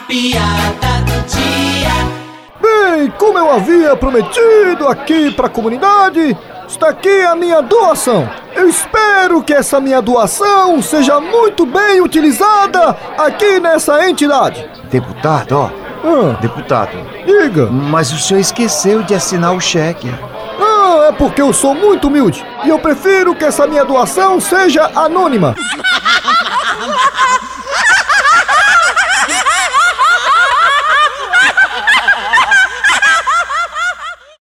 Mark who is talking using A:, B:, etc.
A: piada do dia.
B: Bem, como eu havia prometido aqui para a comunidade, está aqui a minha doação. Eu espero que essa minha doação seja muito bem utilizada aqui nessa entidade.
C: Deputado, ó,
B: Ah,
C: deputado,
B: diga.
C: mas o senhor esqueceu de assinar o cheque.
B: Ah, é porque eu sou muito humilde e eu prefiro que essa minha doação seja anônima.